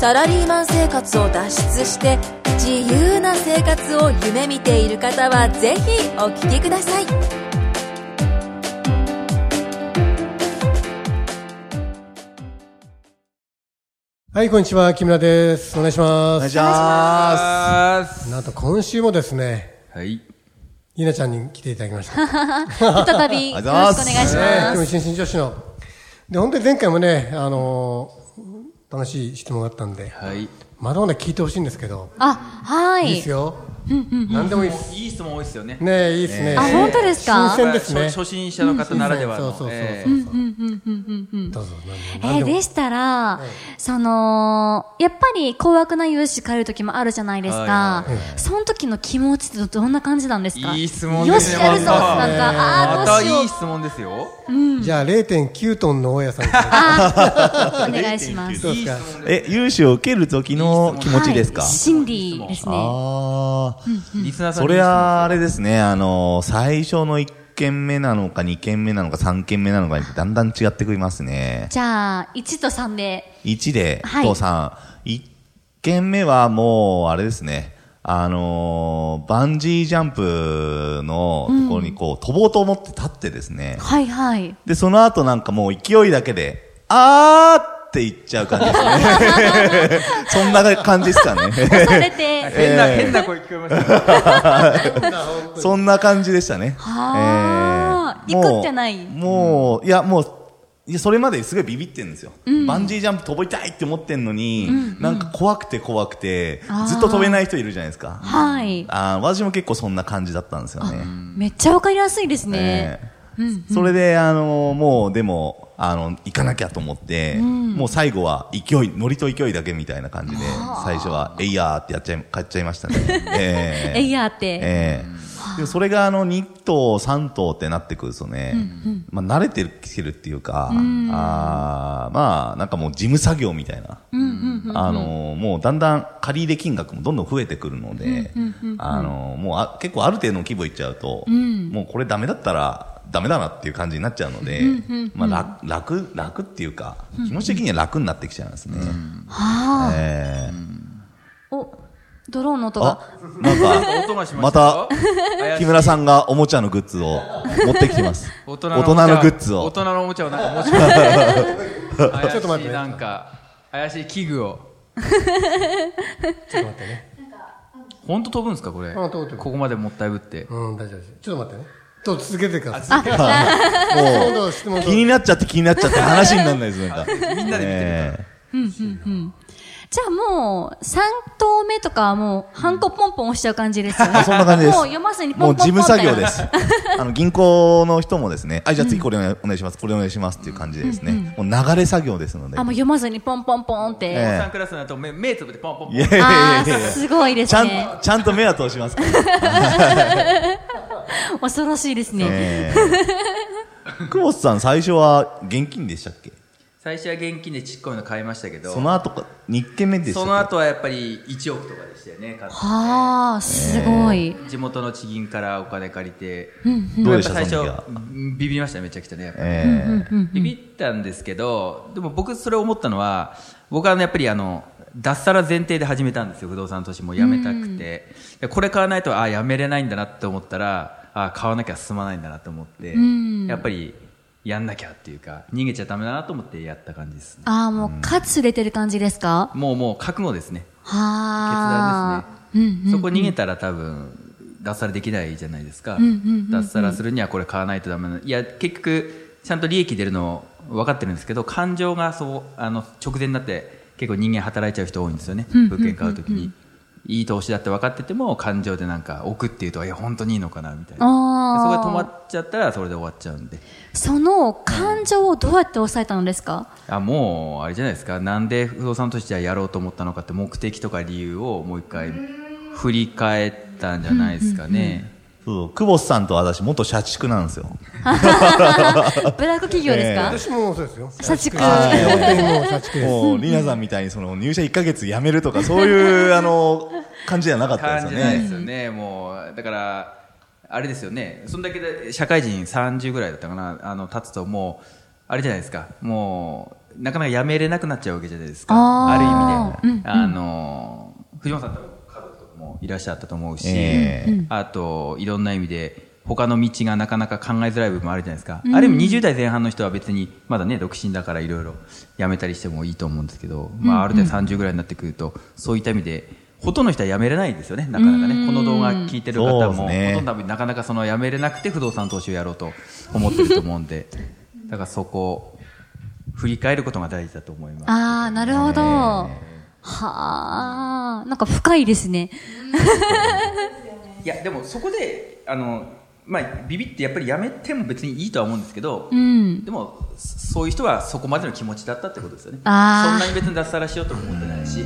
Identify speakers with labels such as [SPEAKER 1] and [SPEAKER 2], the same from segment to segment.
[SPEAKER 1] サラリーマン生活を脱出して自由な生活を夢見ている方はぜひお聞きください
[SPEAKER 2] はい、こんにちは。木村です。お願いし
[SPEAKER 3] お
[SPEAKER 2] ま
[SPEAKER 3] 願い
[SPEAKER 2] す。
[SPEAKER 3] しま
[SPEAKER 2] なんと今週もですね、
[SPEAKER 3] す。はい。
[SPEAKER 2] ゆなちゃんに来ていただきました。ね
[SPEAKER 4] 再びよろしくお願いします。
[SPEAKER 2] 今日も新進女子の。で、本当に前回もね、あのー楽しい質問があったんで、
[SPEAKER 3] はい。
[SPEAKER 2] まだまだ聞いてほしいんですけど、
[SPEAKER 4] あ、はい
[SPEAKER 2] い
[SPEAKER 4] い。
[SPEAKER 2] ですよ。何でもいいです。
[SPEAKER 5] いい質問多いですよね。
[SPEAKER 2] ねいいですね。
[SPEAKER 4] あ本当ですか
[SPEAKER 2] 新鮮ですね。
[SPEAKER 5] 初初心者の方ならではの。
[SPEAKER 2] そうそうそうそう
[SPEAKER 5] え
[SPEAKER 2] そう
[SPEAKER 5] ー
[SPEAKER 2] そう。どうぞ、何
[SPEAKER 4] え
[SPEAKER 2] でも何
[SPEAKER 4] ー
[SPEAKER 2] でも
[SPEAKER 4] でしたら、その、やっぱり高額な融資借りる時もあるじゃないですか。その時の気持ちってどんな感じなんですか
[SPEAKER 5] いい質問ですね
[SPEAKER 4] よし、やるぞ
[SPEAKER 5] また
[SPEAKER 4] なんか、あ
[SPEAKER 5] ま
[SPEAKER 4] ー、ど
[SPEAKER 5] た
[SPEAKER 4] うしよ
[SPEAKER 5] いうい。質問ですよ。
[SPEAKER 2] じゃあ0.9トンの大家さんから。
[SPEAKER 4] お願いします。
[SPEAKER 2] どうですか
[SPEAKER 3] え、融資を受ける時の 気持ちですか、
[SPEAKER 4] はい心理ですね。
[SPEAKER 3] ああ、
[SPEAKER 5] リスナーさ
[SPEAKER 3] そ
[SPEAKER 5] んに
[SPEAKER 3] れ
[SPEAKER 5] いい質問
[SPEAKER 3] はあれですね、あの、最初の1件目なのか2件目なのか3件目なのかにだんだん違ってくりますね。
[SPEAKER 4] じゃあ、1と3で。
[SPEAKER 3] 1で、
[SPEAKER 4] はい
[SPEAKER 3] と3。1件目はもう、あれですね、あのーバンジージャンプのところにこう、飛ぼうと思って立ってですね、
[SPEAKER 4] は いはい。
[SPEAKER 3] で、その後なんかもう勢いだけで、あーって言っちゃう感じですね。 そんな感じですかね。
[SPEAKER 4] 押されて。
[SPEAKER 5] 変な、
[SPEAKER 3] えー
[SPEAKER 5] 変な声聞こえ ましたね。
[SPEAKER 3] そんな感じでしたね。
[SPEAKER 4] はー
[SPEAKER 3] もう
[SPEAKER 4] 行くってない
[SPEAKER 3] もう、いや、もう、いやそれまですごいビビってんですよ、バンジージャンプ飛びたいって思ってんのに、なんか怖くて怖くて
[SPEAKER 4] あー、
[SPEAKER 3] ずっと飛べない人いるじゃないですか。
[SPEAKER 4] はい。
[SPEAKER 3] あー私も結構そんな感じだったんですよね。
[SPEAKER 4] めっちゃわかりやすいですね。
[SPEAKER 3] ええそれで、あのもう、でも、あの、行かなきゃと思って、もう最後は勢い、ノリと勢いだけみたいな感じで、最初は、えいやーってやっちゃい、買っちゃいま したね。え
[SPEAKER 4] えいやーって。
[SPEAKER 3] ええでもそれがあの2頭3頭ってなってくるとね、まあ、慣れてきてるっていうか、あーまあなんかもう事務作業みたいな、あのーもうだんだん借り入れ金額もどんどん増えてくるので、あのーもうあ結構ある程度の規模いっちゃうと、もうこれダメだったらダメだなっていう感じになっちゃうので、まあ楽楽楽っていうか、気持ち的には楽になってきちゃいますね。
[SPEAKER 4] はあ。
[SPEAKER 3] ええ
[SPEAKER 4] お、ドローンの音
[SPEAKER 3] あ
[SPEAKER 4] が。、
[SPEAKER 3] なんか、
[SPEAKER 5] 音がしま
[SPEAKER 3] ま
[SPEAKER 5] した
[SPEAKER 3] た
[SPEAKER 5] よ。、怪し
[SPEAKER 3] 木
[SPEAKER 5] い
[SPEAKER 3] 村さんがおもちゃのグッズを持ってきてます。
[SPEAKER 5] 大
[SPEAKER 3] 大
[SPEAKER 5] 人
[SPEAKER 3] 人
[SPEAKER 5] の
[SPEAKER 3] のグッズ
[SPEAKER 5] 大
[SPEAKER 3] を。
[SPEAKER 5] 人のおもちゃ をなんか持ち込んで。
[SPEAKER 2] ちょっと待って
[SPEAKER 5] 怪しいなんか、怪しい器具を。
[SPEAKER 2] ちょっと待ってね。
[SPEAKER 5] 本当飛ぶんですか、これ。
[SPEAKER 2] あ飛ぶ飛ぶ
[SPEAKER 5] ここまでもったいぶって。
[SPEAKER 2] うん、大丈夫です。ちょっと待ってね。ちょっと続けてください。
[SPEAKER 3] も
[SPEAKER 2] どうぞ質問ど
[SPEAKER 3] う、
[SPEAKER 2] うぞ
[SPEAKER 3] 気になっちゃって気になっちゃって話にならないです、なんか。
[SPEAKER 5] みんなで見てる
[SPEAKER 3] え
[SPEAKER 4] じゃあもう、3投目とかはもう、ハンコポンポン押しちゃう感じですよ
[SPEAKER 3] え
[SPEAKER 4] ね。
[SPEAKER 3] あそんな感じです。
[SPEAKER 4] もう読まずにポ
[SPEAKER 3] もう
[SPEAKER 4] ンポ
[SPEAKER 3] 事
[SPEAKER 4] ンポン
[SPEAKER 3] 務
[SPEAKER 4] みた
[SPEAKER 3] 作
[SPEAKER 4] いな。
[SPEAKER 3] 業です。 あの、銀行の人もですね、あ、じゃあ次これお願いします、これお願いしますっていう感じでですね、もう流れ作業ですので。
[SPEAKER 4] あ、もう読まずにポンポンポンって。
[SPEAKER 3] ええ
[SPEAKER 5] 3クラスになると目、目つぶってポンポンポン
[SPEAKER 3] い。やいやい
[SPEAKER 4] あ
[SPEAKER 3] や
[SPEAKER 4] ー、
[SPEAKER 3] いや。
[SPEAKER 4] すごいで
[SPEAKER 3] ち
[SPEAKER 4] す
[SPEAKER 3] ゃ
[SPEAKER 4] ね。
[SPEAKER 3] ん、ちゃんと目は通しますから。
[SPEAKER 4] 恐ろしいですね。
[SPEAKER 3] ええ久保田さん、最初は現金でしたっけ
[SPEAKER 5] 最初は現金でちっこいの買いましたけど、
[SPEAKER 3] その後か、2件目でしたっけ
[SPEAKER 5] その後はやっぱり1億とかでしたよね、買ったのね
[SPEAKER 4] はあ、すごい。
[SPEAKER 5] 地元の地銀からお金借りて、
[SPEAKER 3] どうでした
[SPEAKER 5] やっぱ
[SPEAKER 3] その
[SPEAKER 5] 最
[SPEAKER 3] 時
[SPEAKER 5] 初
[SPEAKER 3] は
[SPEAKER 5] うんビビりましたねめちゃくちゃね、やっぱり
[SPEAKER 3] ええ
[SPEAKER 5] ビビったんですけどでも僕それ思ったのは僕はねやっぱりあの脱サラ前提で始めたんですよ不動産投資もやめたくて、でこれ買わないとあやめれないんだなって思ったらあ買わなきゃ進まないんだなと思って、やっぱりやんなきゃっていうか逃げちゃダメだなと思ってやった感じですね
[SPEAKER 4] あー、もう、勝つれてる感じですか
[SPEAKER 5] もうもう覚悟ですね決断
[SPEAKER 4] はあ。
[SPEAKER 5] ですね、そこ逃げたら多分脱サラできないじゃないですか、脱サラするにはこれ買わないとダメないや結局ちゃんと利益出るの分かってるんですけど感情がそうあの直前になって結構人間働いちゃう人多いんですよね、物件買うときに、いい投資だって分かってても感情でなんか置くっていうといや本当にいいのかなみたいな
[SPEAKER 4] あー
[SPEAKER 5] そこで止まっちゃったらそれで終わっちゃうんで
[SPEAKER 4] その感情をどうやって抑えたのですか
[SPEAKER 5] あもうあれじゃないですかなんで不動産としてはやろうと思ったのかって目的とか理由をもう一回振り返ったんじゃないですかね、
[SPEAKER 3] そう、久保さんと私、元社畜なんですよ。
[SPEAKER 4] ブラック企業です
[SPEAKER 2] 私
[SPEAKER 4] か、
[SPEAKER 2] もそうですよ。
[SPEAKER 4] 社畜
[SPEAKER 2] 基本的にもう社畜です。
[SPEAKER 3] もう、りなさんみたいに、その、入社1ヶ月辞めるとか、そういう、あの、感じじゃなかったです
[SPEAKER 5] 感
[SPEAKER 3] よ
[SPEAKER 5] じないで
[SPEAKER 3] ね。
[SPEAKER 5] すよね、もうだからあれですよねそんだけで社会人30ぐらいだったかなあの立つともうあれじゃないですかもうなかなかやめれなくなっちゃうわけじゃないですか
[SPEAKER 4] あー
[SPEAKER 5] ある意味で、
[SPEAKER 4] うんうん
[SPEAKER 5] あの藤本さんと家族とかもいらっしゃったと思うし、
[SPEAKER 3] ええ
[SPEAKER 5] あといろんな意味で他の道がなかなか考えづらい部分もあるじゃないですか、ある意味20代前半の人は別にまだね独身だからいろいろ辞めたりしてもいいと思うんですけど、まあ、ある程度30ぐらいになってくるとそういった意味でほとんどの人は辞めれないですよねなかなかねこの動画聞いてる方
[SPEAKER 3] そ
[SPEAKER 5] も、
[SPEAKER 3] うですね
[SPEAKER 5] ほとんどなかなかその辞めれなくて不動産投資をやろうと思ってると思うん でだからそこを振り返ることが大事だと思います。
[SPEAKER 4] ああ、なるほど。はあ、なんか深いですね。
[SPEAKER 5] いやでもそこであの、まあ、ビビってやっぱりやめても別にいいとは思うんですけど、
[SPEAKER 4] うん。
[SPEAKER 5] でもそそういう人はそこまでの気持ちだったってことですよねそん
[SPEAKER 4] あー
[SPEAKER 5] なに別に脱サラしようとも思ってないし、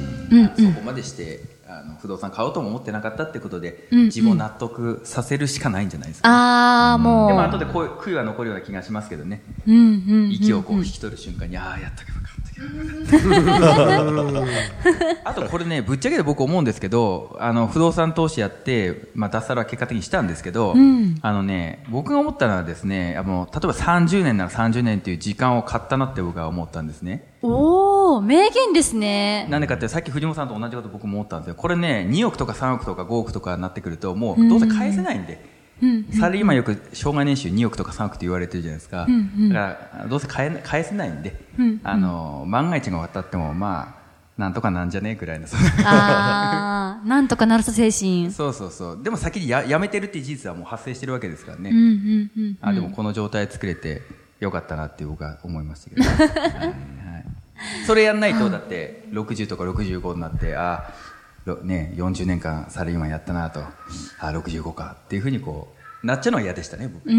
[SPEAKER 5] そこまでしてあの不動産買おうとも思ってなかったってことで、
[SPEAKER 4] んうん
[SPEAKER 5] 自分を納得させるしかないんじゃないですか、
[SPEAKER 4] ああ、もう。
[SPEAKER 5] でも後でこう悔いは残るような気がしますけどね、
[SPEAKER 4] うんうん。
[SPEAKER 5] 息をこう引き取る瞬間に、ああやったけばよかったけどあとこれねぶっちゃけて僕思うんですけどあの不動産投資やって、まあ、脱サラは結果的にしたんですけど、
[SPEAKER 4] ん
[SPEAKER 5] あのね僕が思ったのはですねあの例えば30年なら30年という時間を買ったなって僕は思ったんですね
[SPEAKER 4] おお、名言ですね。
[SPEAKER 5] なんでかってさっき藤本さんと同じこと僕も思ったんですよこれね2億とか3億とか5億とかになってくるともうどうせ返せないんで、サラリーマンよく障害年収2億とか3億って言われてるじゃないですか、だからどうせ返え返せないんで、あの万が一が渡ってもまあなんとかなんじゃねえぐらいのその
[SPEAKER 4] ああ、 なんとかなるさ精神。
[SPEAKER 5] そうそうそうでも先にややめてるっていう事実はもう発生してるわけですからね、
[SPEAKER 4] うんうんうん。
[SPEAKER 5] あでもこの状態作れてよかったなって僕は思いましたけど、はいはいそれやんないとだって60とか65になってあろね40年間サラリーマンやったなとあ65かっていうふうにこうなっちゃうのは嫌でしたね僕
[SPEAKER 4] うー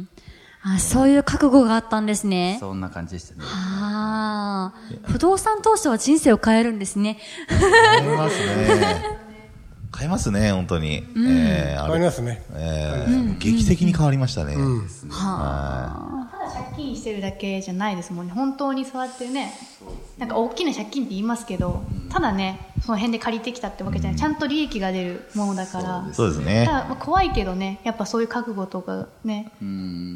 [SPEAKER 4] ん。あ、そういう覚悟があったんですね。
[SPEAKER 5] そんな感じでしたね
[SPEAKER 4] ああ、不動産投資は人生を変えるんですね。
[SPEAKER 3] 買いますね。買いますね、本当に。えーあ
[SPEAKER 2] わかり
[SPEAKER 3] れ
[SPEAKER 2] ますね。
[SPEAKER 3] えー劇的に変わりましたね。は
[SPEAKER 6] ただ借金してるだけじゃないですもんね本当にそうやってねなんか大きな借金って言いますけどただねその辺で借りてきたってわけじゃないちゃんと利益が出るものだから
[SPEAKER 3] い。そうです
[SPEAKER 6] た
[SPEAKER 3] ね
[SPEAKER 6] だ。まあ怖いけどねやっぱそういう覚悟とかね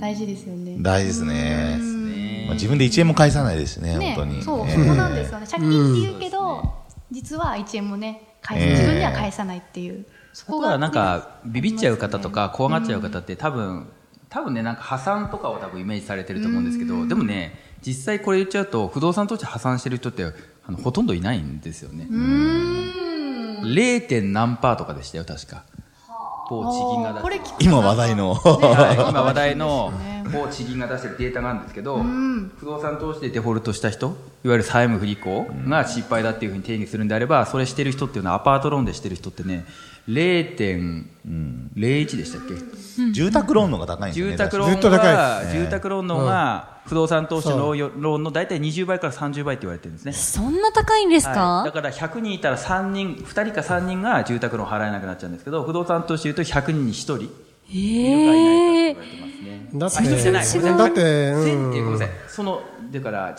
[SPEAKER 6] 大事ですよね
[SPEAKER 3] 大事ですね。まあ自分で1円も返さないですしね、
[SPEAKER 6] ね
[SPEAKER 3] 本当に。
[SPEAKER 6] そう、
[SPEAKER 3] え
[SPEAKER 6] そ
[SPEAKER 3] ー
[SPEAKER 6] こなんですよね借金って言うけど、実は1円もね返す
[SPEAKER 3] ええ
[SPEAKER 6] 自分では返さないっていうそ
[SPEAKER 5] そこがなんかビビっちゃう方とか怖がっちゃう方って多分多分ねなんか破産とかを多分イメージされてると思うんですけどでもね実際これ言っちゃうと不動産投資破産してる人ってあのほとんどいないんですよね 0. 何パーとかでしたよ確か某地銀が出
[SPEAKER 6] こ
[SPEAKER 5] して
[SPEAKER 6] れ聞く
[SPEAKER 3] 今話題の。
[SPEAKER 5] はい今話題の某地銀が出してるデータなんですけど、不動産投資でデフォルトした人いわゆる債務不履行が失敗だっていうふうに定義するんであればそれしてる人っていうのはアパートローンでしてる人ってね0.01でしたっけ、
[SPEAKER 3] 住宅ローンの方が高いんですよね。
[SPEAKER 5] 住宅ロ
[SPEAKER 2] ず
[SPEAKER 5] ー
[SPEAKER 2] っ
[SPEAKER 5] ン
[SPEAKER 2] と
[SPEAKER 5] が
[SPEAKER 2] 高い、
[SPEAKER 5] 住宅ローンの方が不動産投資のローンの大体20倍から30倍って言われてるんですね。
[SPEAKER 4] そんな高いんですか、
[SPEAKER 5] はい、だから100人いたら3人2人か3人が住宅ローン払えなくなっちゃうんですけど不動産投資でいうと100人に1人いるか
[SPEAKER 4] ええ
[SPEAKER 5] いないか
[SPEAKER 2] だって、
[SPEAKER 5] って言われてますね。あ人じゃないごめんな
[SPEAKER 2] だ
[SPEAKER 5] さい
[SPEAKER 2] って、う
[SPEAKER 5] 千ってごめん
[SPEAKER 2] ん
[SPEAKER 5] なさいそのだから違う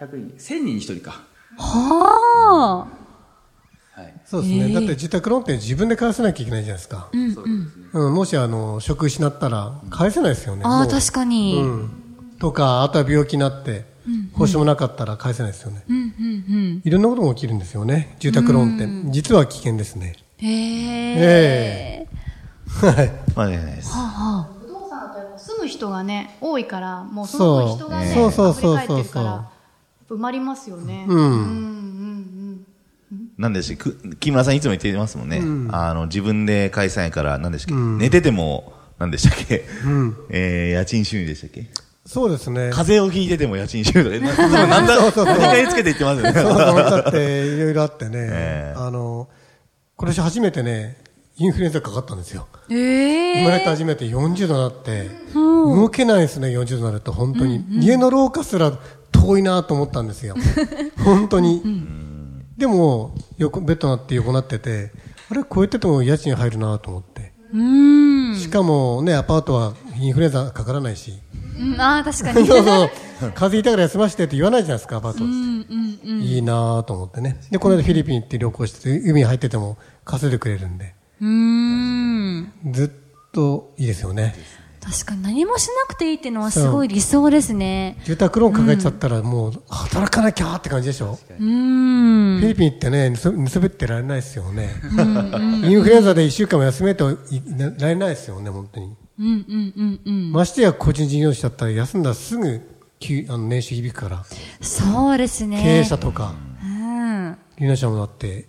[SPEAKER 5] 100人1000人に1人か
[SPEAKER 4] はあ。
[SPEAKER 5] はい
[SPEAKER 2] そうですね。だって自宅ローンって自分で返さなきゃいけないじゃないですか。
[SPEAKER 5] そうですね
[SPEAKER 2] うん、もしあの、職失ったら返せないですよね。
[SPEAKER 4] あ
[SPEAKER 2] も
[SPEAKER 4] あ、
[SPEAKER 2] う
[SPEAKER 4] 確かに。
[SPEAKER 2] うん。とか、あとは病気になって、保証もなかったら返せないですよね。いろんなことも起きるんですよね。住宅ローンって。実は危険ですね。
[SPEAKER 4] へえ
[SPEAKER 2] えはい。
[SPEAKER 3] 間違いないです。
[SPEAKER 6] 不動産だとやっぱ住む人がね多いからもうそ
[SPEAKER 2] そう
[SPEAKER 6] の分人がね
[SPEAKER 2] そう
[SPEAKER 6] 溢
[SPEAKER 2] そうそう
[SPEAKER 6] れ返ってるか
[SPEAKER 2] そうそう
[SPEAKER 6] ら埋まりますよね、
[SPEAKER 2] うん
[SPEAKER 3] なんでし、く木村さんいつも言ってますもんね。あの、自分で返さないから、なんでしたっけ、寝てても、なんでしたっけ、 えー、家賃収入でしたっけ
[SPEAKER 2] そうですね。
[SPEAKER 3] 風邪をひいてても家賃収入とか、なん だ、なんだ、何回つけて言ってます よ
[SPEAKER 2] そう
[SPEAKER 3] ね。
[SPEAKER 2] だ思っちゃ って、いろいろあってね、
[SPEAKER 3] ええ
[SPEAKER 2] あの、今年初めてね、インフルエンザかかったんですよ。
[SPEAKER 4] ええ
[SPEAKER 2] 生まれて初めて40度になって、動けないですね、40度になると、本当に。家の廊下すら遠いなと思った んですよ。本当に。でも、横、ベッドになって横になってて、あれ超えてても家賃入るなと思って。
[SPEAKER 4] うん。
[SPEAKER 2] しかもね、アパートはインフルエンザかからないし。
[SPEAKER 4] うん、ああ、確 か
[SPEAKER 2] そう
[SPEAKER 4] に。
[SPEAKER 2] そう。風邪ひいたから休ませてって言わないじゃないですか、アパートって。
[SPEAKER 4] うんうんうん。
[SPEAKER 2] いいなと思ってね。で、この間フィリピン行って旅行してて、海に入ってても稼いでくれるんで。
[SPEAKER 4] うーん。
[SPEAKER 2] ずっといいですよね。
[SPEAKER 4] 確かに何もしなくていいっていうのはすごい理想ですね。
[SPEAKER 2] 住宅ローン抱えちゃったらもう働かなきゃって感じでしょ
[SPEAKER 4] うーん。
[SPEAKER 2] フィリピン行ってね、盗盗べってられないですよね。インフルエンザで1週間も休めていなられないですよね、本当に。
[SPEAKER 4] うんうんうんうん。
[SPEAKER 2] ましてや個人事業主だったら休んだらすぐ給あの年収響くから、
[SPEAKER 4] そうですね。
[SPEAKER 2] 経営者とか、
[SPEAKER 4] うん。あ
[SPEAKER 2] 有能者もだって、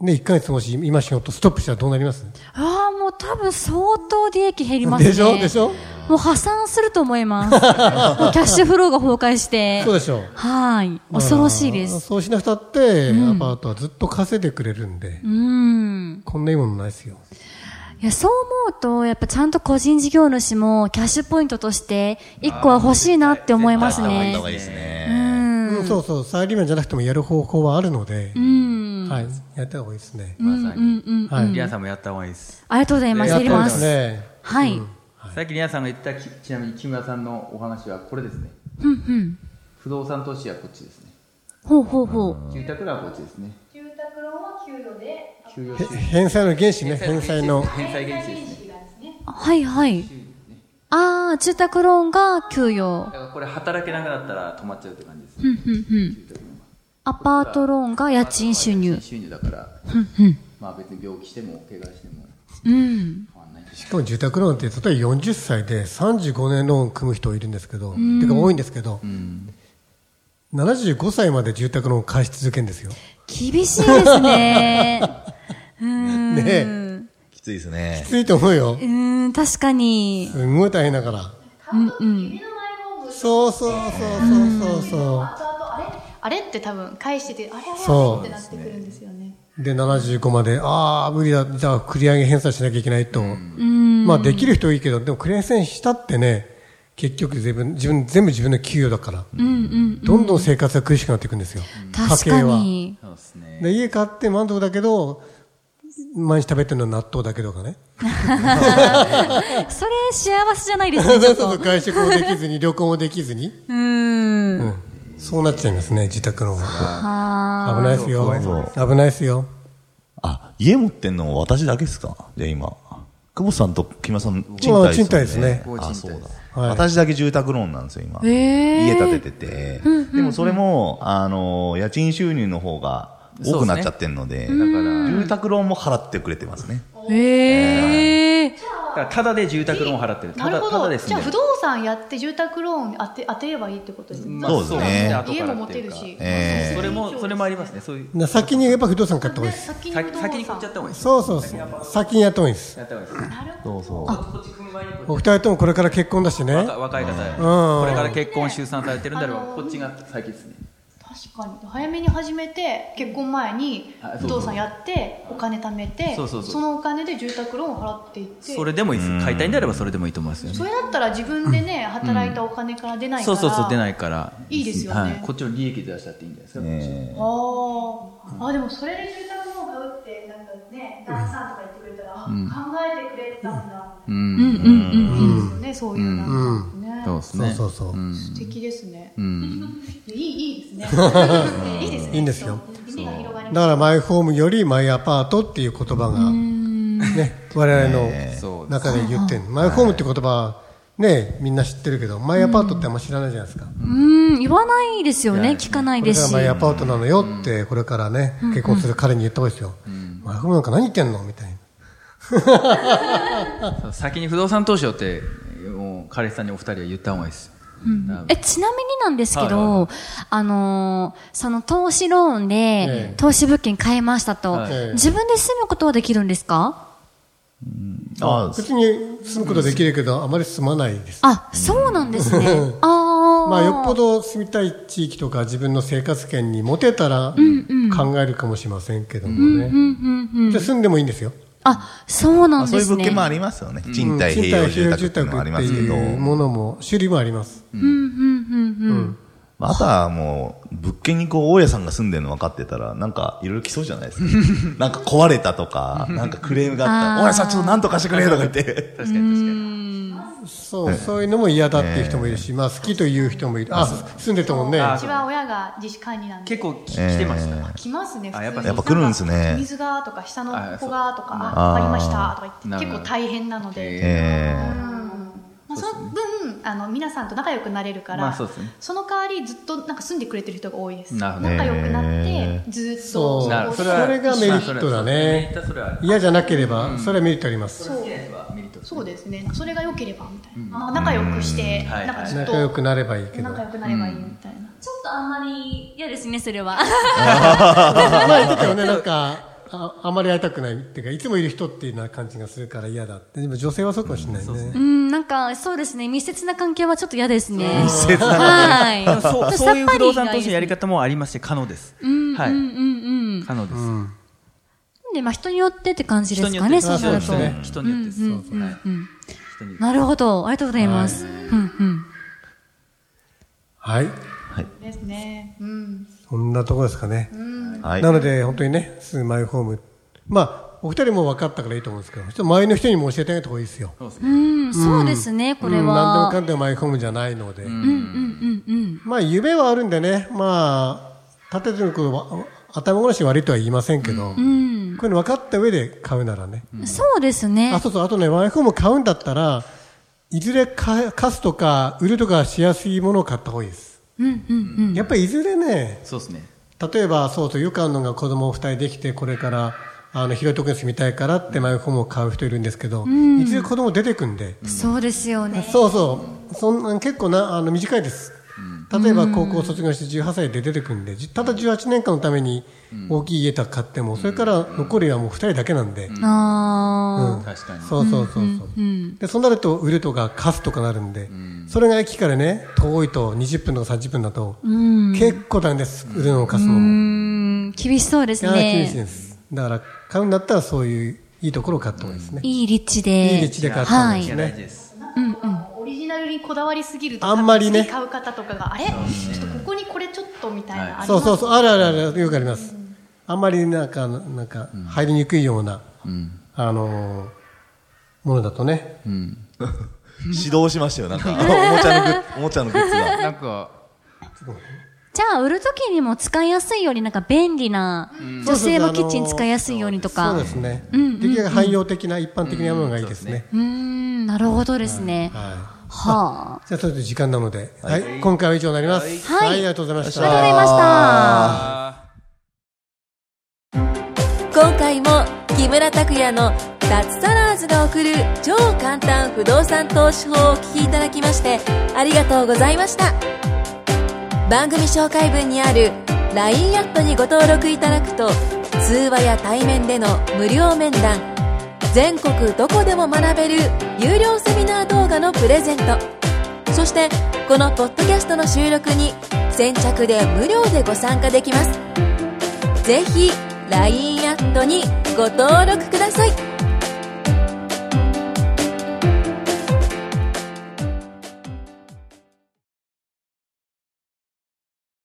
[SPEAKER 2] ね、1ヶ月もし今仕事ストップしたらどうなります
[SPEAKER 4] あ、もう多分相当利益減りますね。
[SPEAKER 2] でしょでしょ
[SPEAKER 4] もう破産すると思います。も うキャッシュフローが崩壊して。
[SPEAKER 2] そうでしょう。
[SPEAKER 4] はい。恐ろしいで
[SPEAKER 2] あー
[SPEAKER 4] す。
[SPEAKER 2] そうしなくたって、アパートはずっと稼いでくれるんで、
[SPEAKER 4] うん。
[SPEAKER 2] こんないいものないですよ。
[SPEAKER 4] いや、そう思うと、やっぱちゃんと個人事業主もキャッシュポイントとして、一個は欲しいなって思います
[SPEAKER 3] あ
[SPEAKER 4] ね
[SPEAKER 3] った。方がいいですね。
[SPEAKER 2] うんそうそう、サラリーマンじゃなくてもやる方法はあるので、
[SPEAKER 4] うん。
[SPEAKER 2] はい、やった方がいいですね。
[SPEAKER 5] まさに。
[SPEAKER 2] はい。
[SPEAKER 5] リアンさんもやった方がいいです。
[SPEAKER 4] ありがとうございます。
[SPEAKER 2] や
[SPEAKER 4] や
[SPEAKER 2] った
[SPEAKER 4] り
[SPEAKER 2] 方がい
[SPEAKER 4] ま
[SPEAKER 2] いです
[SPEAKER 4] す。
[SPEAKER 2] ね。
[SPEAKER 4] はい。
[SPEAKER 5] さっきリアンさんが言ったき、ちなみに木村さんのお話はこれですね。
[SPEAKER 4] うんうん。
[SPEAKER 5] 不動産投資はこっちですね。
[SPEAKER 4] ほうほうほう。
[SPEAKER 5] 住宅ローンはこっちですね。
[SPEAKER 6] 住宅ローンは給与で
[SPEAKER 5] 給与
[SPEAKER 2] へ返済の原資ね、返済の。
[SPEAKER 5] 返済現地ですね。
[SPEAKER 4] はいはい。ああ、住宅ローンが給与
[SPEAKER 5] だ。からこれ働けなくなったら止まっちゃうって感じですね。
[SPEAKER 4] うんうんうん。アパートローンが家賃収入
[SPEAKER 5] 家賃。収入だから、まあ別に病気しても怪我しても
[SPEAKER 4] うん。
[SPEAKER 5] 変わんないし。
[SPEAKER 2] しかも住宅ローンって、例えば40歳で35年ローン組む人いるんですけど、てか多いんですけど、75歳まで住宅ローン返し続けるんですよ。
[SPEAKER 4] 厳しいで すね。うーん。
[SPEAKER 2] ねえ
[SPEAKER 3] きついですね
[SPEAKER 2] き。ついと思うよ
[SPEAKER 4] う。ーん、確かに。
[SPEAKER 2] すごい大変だから。
[SPEAKER 6] 買うとき指の前も
[SPEAKER 2] そうそうそうそうそうそ
[SPEAKER 6] 後々あれあれって多分返しててあれあれ
[SPEAKER 2] そう
[SPEAKER 6] あれってなってくるんですよね
[SPEAKER 2] う。で、75まで、ああ、無理だ、じゃあ繰り上げ返済しなきゃいけないと。まあできる人はいいけど、でも繰り上げ返済したってね、結局自分、自分、全部自分の給与だから、
[SPEAKER 4] うんうん。
[SPEAKER 2] どんどん生活が苦しくなっていくんですよ。
[SPEAKER 4] 確
[SPEAKER 2] 家計
[SPEAKER 4] か
[SPEAKER 2] は。
[SPEAKER 4] に。
[SPEAKER 5] そうですね。
[SPEAKER 2] で家買って満足だけど、毎日食べてるのは納豆だけとかね。
[SPEAKER 4] それ幸せじゃないで す
[SPEAKER 2] そ
[SPEAKER 4] ね、
[SPEAKER 2] う
[SPEAKER 4] ち
[SPEAKER 2] そ
[SPEAKER 4] ょ
[SPEAKER 2] う
[SPEAKER 4] っと。
[SPEAKER 2] そうう外食もできずに、旅行もできずに。
[SPEAKER 4] ーん。
[SPEAKER 2] うん。そうなっちゃいますね、自宅の方が。
[SPEAKER 4] あ
[SPEAKER 2] 危ないですよ
[SPEAKER 3] そう。
[SPEAKER 2] 危ないですよ。
[SPEAKER 3] あ、家持ってんの私だけですかじゃあ今。久保さんと木村さん、賃
[SPEAKER 2] まあ
[SPEAKER 3] 貸
[SPEAKER 2] 賃貸ですね
[SPEAKER 5] 僕は
[SPEAKER 3] あ、
[SPEAKER 5] 賃貸
[SPEAKER 3] そう
[SPEAKER 5] です
[SPEAKER 3] だ。
[SPEAKER 2] はい
[SPEAKER 3] 私だけ住宅ローンなんですよ、今。
[SPEAKER 4] えー
[SPEAKER 3] 家建ててて。でもそれも、あの、家賃収入の方が多くなっちゃってるので、だから、住宅ローンも払ってくれてますね。
[SPEAKER 4] ー。ええ。
[SPEAKER 5] だからただで住宅ローン払ってる。た
[SPEAKER 6] なる
[SPEAKER 5] だ
[SPEAKER 6] ほ
[SPEAKER 5] ただ
[SPEAKER 6] ど
[SPEAKER 5] です
[SPEAKER 6] じゃあ
[SPEAKER 5] ね
[SPEAKER 6] 不。動産やって住宅ローンに当て当てればいいってことですね、
[SPEAKER 5] まあ
[SPEAKER 3] そうですね
[SPEAKER 5] そうです
[SPEAKER 6] 家
[SPEAKER 5] 後から
[SPEAKER 6] も
[SPEAKER 5] っ
[SPEAKER 6] 持
[SPEAKER 5] て
[SPEAKER 6] て
[SPEAKER 5] いう
[SPEAKER 6] る
[SPEAKER 5] か
[SPEAKER 6] し、
[SPEAKER 3] ええ
[SPEAKER 5] それも、それもありますね。そういう。
[SPEAKER 2] な先にやっぱ不動産買った方がいいです。
[SPEAKER 6] 先に不動
[SPEAKER 5] 先
[SPEAKER 6] 産
[SPEAKER 5] 先に買っちゃった方がいいです。
[SPEAKER 2] そうそうそう。先にやった方がいいです。
[SPEAKER 5] やった方がいいです。
[SPEAKER 3] そうそう。
[SPEAKER 2] お二人ともこれから結婚だしね。
[SPEAKER 5] 若若い
[SPEAKER 2] う
[SPEAKER 5] 方、
[SPEAKER 2] ん
[SPEAKER 5] これから結婚、出産されてるんだろう、こっちが先ですね。
[SPEAKER 6] 確かに早めに始めて結婚前に
[SPEAKER 5] あそうそう
[SPEAKER 6] 不動産やってお金貯めて
[SPEAKER 5] そうそうそう
[SPEAKER 6] のお金で住宅ローンを払っていって
[SPEAKER 5] それでもいいです。買いたいんであればそれでもいいと思いますよ
[SPEAKER 6] そ
[SPEAKER 5] ね。
[SPEAKER 6] れだったら自分でね働いたお金から出ないか
[SPEAKER 5] そ
[SPEAKER 6] ら、
[SPEAKER 5] うそうそう、出ないいから。
[SPEAKER 6] いいですよね
[SPEAKER 5] はいこっちの利益出したっていいんじゃないですか。
[SPEAKER 6] あーあでもそれで住宅ローン買うってなんかね旦那さんとか言ってくれたら、あ考えてくれてたんだ、
[SPEAKER 5] う
[SPEAKER 4] うん
[SPEAKER 5] ん。
[SPEAKER 4] うんうん。
[SPEAKER 6] いいですよねそういうなんかね、
[SPEAKER 5] そうです
[SPEAKER 2] そう
[SPEAKER 5] ね。
[SPEAKER 2] そうそう。
[SPEAKER 6] 素敵ですね、
[SPEAKER 5] うん。
[SPEAKER 6] いいいいですね いいですね
[SPEAKER 2] いいんですよ
[SPEAKER 6] 夢が広がり
[SPEAKER 2] だからマイホームよりマイアパートっていう言葉が、ね、我々
[SPEAKER 5] そ
[SPEAKER 2] の
[SPEAKER 5] う
[SPEAKER 2] 中で言ってる。マイホームって言葉は、ね、みんな知ってるけど、マイアパートってあんま知らないじゃないですか。
[SPEAKER 4] うーん、言わないですよね。聞かない
[SPEAKER 2] これ
[SPEAKER 4] で
[SPEAKER 2] が
[SPEAKER 4] すし。
[SPEAKER 2] マイアパートなのよって、これからね、結婚する彼に言った方がいいですよ。マイホームなんか何言ってんのみたいな。
[SPEAKER 5] そう先に不動産投資をって、もう彼氏さんにお二人は言った方がいいです。だ
[SPEAKER 4] え、ちなみになんですけど、
[SPEAKER 5] はいはい
[SPEAKER 4] あのーその投資ローンで、
[SPEAKER 2] え
[SPEAKER 4] 投資物件買いましたと、
[SPEAKER 5] はい
[SPEAKER 4] 自分で住むことはできるんですか
[SPEAKER 3] あ、
[SPEAKER 2] 別に住むことできるけど、あまり住まないです。
[SPEAKER 4] あ、そうなんですね。ああ。
[SPEAKER 2] まあ、よっぽ。ど住みたい地域とか自分の生活圏に持てたら考えるかもしれませんけどもね。
[SPEAKER 4] うんうんうん。
[SPEAKER 2] じゃあ住んでもいいんですよ。
[SPEAKER 4] あ、そうな
[SPEAKER 3] まあ
[SPEAKER 4] ん
[SPEAKER 3] そうい
[SPEAKER 4] で
[SPEAKER 3] う
[SPEAKER 4] す
[SPEAKER 3] 物
[SPEAKER 4] ね。
[SPEAKER 3] 件もありますよね。賃貸
[SPEAKER 2] 賃
[SPEAKER 3] 併用
[SPEAKER 2] 貸
[SPEAKER 3] 住
[SPEAKER 2] 住
[SPEAKER 3] 宅
[SPEAKER 2] 宅
[SPEAKER 3] っていうのもあり
[SPEAKER 2] っ
[SPEAKER 3] ま
[SPEAKER 2] て
[SPEAKER 3] すけど。
[SPEAKER 2] いうものも種類もあります。
[SPEAKER 4] うんうんうんうん。
[SPEAKER 3] まあ、あとはもう、物件にこう、大家さんが住んでるの分かってたら、なんか、いろいろ来そうじゃない ですか。なんか壊れたとか、なんかクレームがあっ
[SPEAKER 4] あー
[SPEAKER 3] た。大家さんちょっとなんとかしてくれとか言 って。
[SPEAKER 5] 確かに確かに。
[SPEAKER 2] そう、そういうのも嫌だっていう人もいるし、まあ好きという人もいる。あ、住んでたもんね。
[SPEAKER 5] あ
[SPEAKER 6] うちは親が自主管理なんで
[SPEAKER 5] 結構き
[SPEAKER 3] えー
[SPEAKER 5] 来てました。
[SPEAKER 6] 来ますね普通
[SPEAKER 5] あやっぱ
[SPEAKER 6] に
[SPEAKER 5] や
[SPEAKER 3] っぱ来るんですね
[SPEAKER 6] なか水がとか下の
[SPEAKER 5] あ
[SPEAKER 6] 子
[SPEAKER 5] そう
[SPEAKER 6] がとか
[SPEAKER 3] あー
[SPEAKER 6] あありましたとか言
[SPEAKER 5] な
[SPEAKER 6] って
[SPEAKER 5] るほ
[SPEAKER 6] 結
[SPEAKER 5] ど
[SPEAKER 6] 構大変なので、
[SPEAKER 3] え
[SPEAKER 6] うんまあ、その分あの皆さんと仲良くなれるから、
[SPEAKER 5] まあそうですね
[SPEAKER 6] その代わりずっとなんか住んでくれてる人が多いです
[SPEAKER 5] なるほど
[SPEAKER 6] 仲良くなっ
[SPEAKER 3] へ
[SPEAKER 6] てずっ
[SPEAKER 2] そ
[SPEAKER 6] と
[SPEAKER 2] う
[SPEAKER 5] なる
[SPEAKER 6] こう
[SPEAKER 5] そ
[SPEAKER 2] そ
[SPEAKER 5] れ
[SPEAKER 2] れ
[SPEAKER 5] は
[SPEAKER 2] がメリットだね
[SPEAKER 5] まあそれはそれは
[SPEAKER 2] 嫌じゃなければ、それはメリットあります。
[SPEAKER 6] そう
[SPEAKER 5] メリットです
[SPEAKER 6] そうですねそれが良ければみたいな、あ仲良くして、
[SPEAKER 5] はい
[SPEAKER 6] なんかずっと
[SPEAKER 2] 仲良くなればいいけど。
[SPEAKER 6] 仲良くなればいいみたいな、
[SPEAKER 4] ちょっとあんまり嫌ですね、それは。
[SPEAKER 2] 前言ってたよね、なんか、ああまり会いたくないっていうか、いつもいる人っていうような感じがするから嫌だって。でも女性はそうかもしれないね
[SPEAKER 4] う。ん、なんか、そうですね、密接な関係はちょっと嫌ですね。密
[SPEAKER 3] 接な
[SPEAKER 4] はい。
[SPEAKER 5] でもそうそういう不動産投資のやり
[SPEAKER 4] 方。
[SPEAKER 5] 方もありまして可能です。
[SPEAKER 4] うん、
[SPEAKER 5] はい
[SPEAKER 4] うん、うん、うん。
[SPEAKER 5] 可能です。
[SPEAKER 4] で、まあ、人によってって感じで
[SPEAKER 5] 人
[SPEAKER 4] す
[SPEAKER 5] によ
[SPEAKER 4] か
[SPEAKER 5] っ
[SPEAKER 4] ね、
[SPEAKER 5] て
[SPEAKER 4] そうなると。
[SPEAKER 5] ね。人によってです。そうそうはい
[SPEAKER 4] うん
[SPEAKER 5] 人によって
[SPEAKER 4] なるほど。ありがとうございます。うん、うん。
[SPEAKER 2] はい。
[SPEAKER 6] ですねうん
[SPEAKER 2] そんなところですかね。
[SPEAKER 3] はい
[SPEAKER 2] な。ので、本当にね、住むマイホーム。まあ、お二人も分かったからいいと思うんですけど、ちょっと周りの人にも教えてあげた方がいいですよ。
[SPEAKER 4] うん、そうですね、これ
[SPEAKER 2] うん何でも
[SPEAKER 4] は。
[SPEAKER 2] かんでもマイホームじゃないので。
[SPEAKER 4] うん、うん、うん、うん。
[SPEAKER 2] まあ、夢はあるんでね、まあ、建ててることは、頭ごなしに悪いとは言いませんけど、
[SPEAKER 4] うん、
[SPEAKER 2] こういうの分かった上で買うならね。
[SPEAKER 4] そうですね。
[SPEAKER 2] あ、そうそう、あとね、ワイフも買うんだったら、いずれか貸すとか、売るとかしやすいものを買った方がいいです。
[SPEAKER 4] うん、うん、うん。
[SPEAKER 2] やっぱりいずれね、
[SPEAKER 5] そうですね。
[SPEAKER 2] 例えば、そうそう、よくあるのが子供二人できて、これから、あの、広いとこに住みたいからってマイホームを買う人いるんですけど、いずれ子供出てくんで、
[SPEAKER 4] そうですよね。
[SPEAKER 2] そうそう、そんな結構な、あの、短いです。例えば高校卒業して18歳で出てくんで、じただ18年間のために大きい家とか買っても、それから残りはもう二人だけなんで、
[SPEAKER 4] あ
[SPEAKER 2] うん
[SPEAKER 5] 確かに。
[SPEAKER 2] そうそうそうそう。
[SPEAKER 4] ーうん。
[SPEAKER 2] でそうなると売るとか貸すとかなるんで、それが駅からね遠いと20分とか30分だと、
[SPEAKER 4] うん。
[SPEAKER 2] 結構大変です売るのも貸すの
[SPEAKER 4] う
[SPEAKER 2] も、
[SPEAKER 4] ん、厳しそうです
[SPEAKER 2] いや厳しい
[SPEAKER 4] ね。
[SPEAKER 2] ですだから買うんだったらそういういいところを買った方がいいですね、
[SPEAKER 4] いい立地で。
[SPEAKER 2] いい立地で買った方がいい
[SPEAKER 5] い
[SPEAKER 2] です
[SPEAKER 5] や大
[SPEAKER 2] ね
[SPEAKER 5] 事、です。
[SPEAKER 6] オリジナルにこだわりすぎると
[SPEAKER 2] あんまりね
[SPEAKER 6] 多分次買う方とかがあれちょっとここにこれちょっとみたいな、
[SPEAKER 5] は
[SPEAKER 6] あります
[SPEAKER 2] そうそうそうあるあるあるよくあります、あんまりなんかなんか入りにくいような、あのーものだとね、
[SPEAKER 3] 指導しましたよ、なん か。おもちゃのグッズ、おもちゃのグッズが。
[SPEAKER 5] なんか、
[SPEAKER 4] じゃあ、売るときにも使いやすいように、なんか便利な、女性もキッチン使いやすいようにと
[SPEAKER 2] そう
[SPEAKER 4] か
[SPEAKER 2] で。すね、できるだけ汎用的な一般的なものがいいですね、
[SPEAKER 4] うーん、なるほどですね。
[SPEAKER 2] はい
[SPEAKER 4] はあ。
[SPEAKER 2] じゃあそれで時間なので、はい今回は以上になります、
[SPEAKER 4] はい
[SPEAKER 2] ありがとうございまし
[SPEAKER 4] ありがとう
[SPEAKER 2] た
[SPEAKER 4] ございました。
[SPEAKER 1] 今回も木村拓哉の脱サラーズが送る超簡単不動産投資法をお聞きいただきましてありがとうございました番組紹介文にある LINE アットにご登録いただくと通話や対面での無料面談全国どこでも学べる有料セミナー動画のプレゼントそしてこのポッドキャストの収録に先着で無料でご参加できますぜひ LINE アットにご登録ください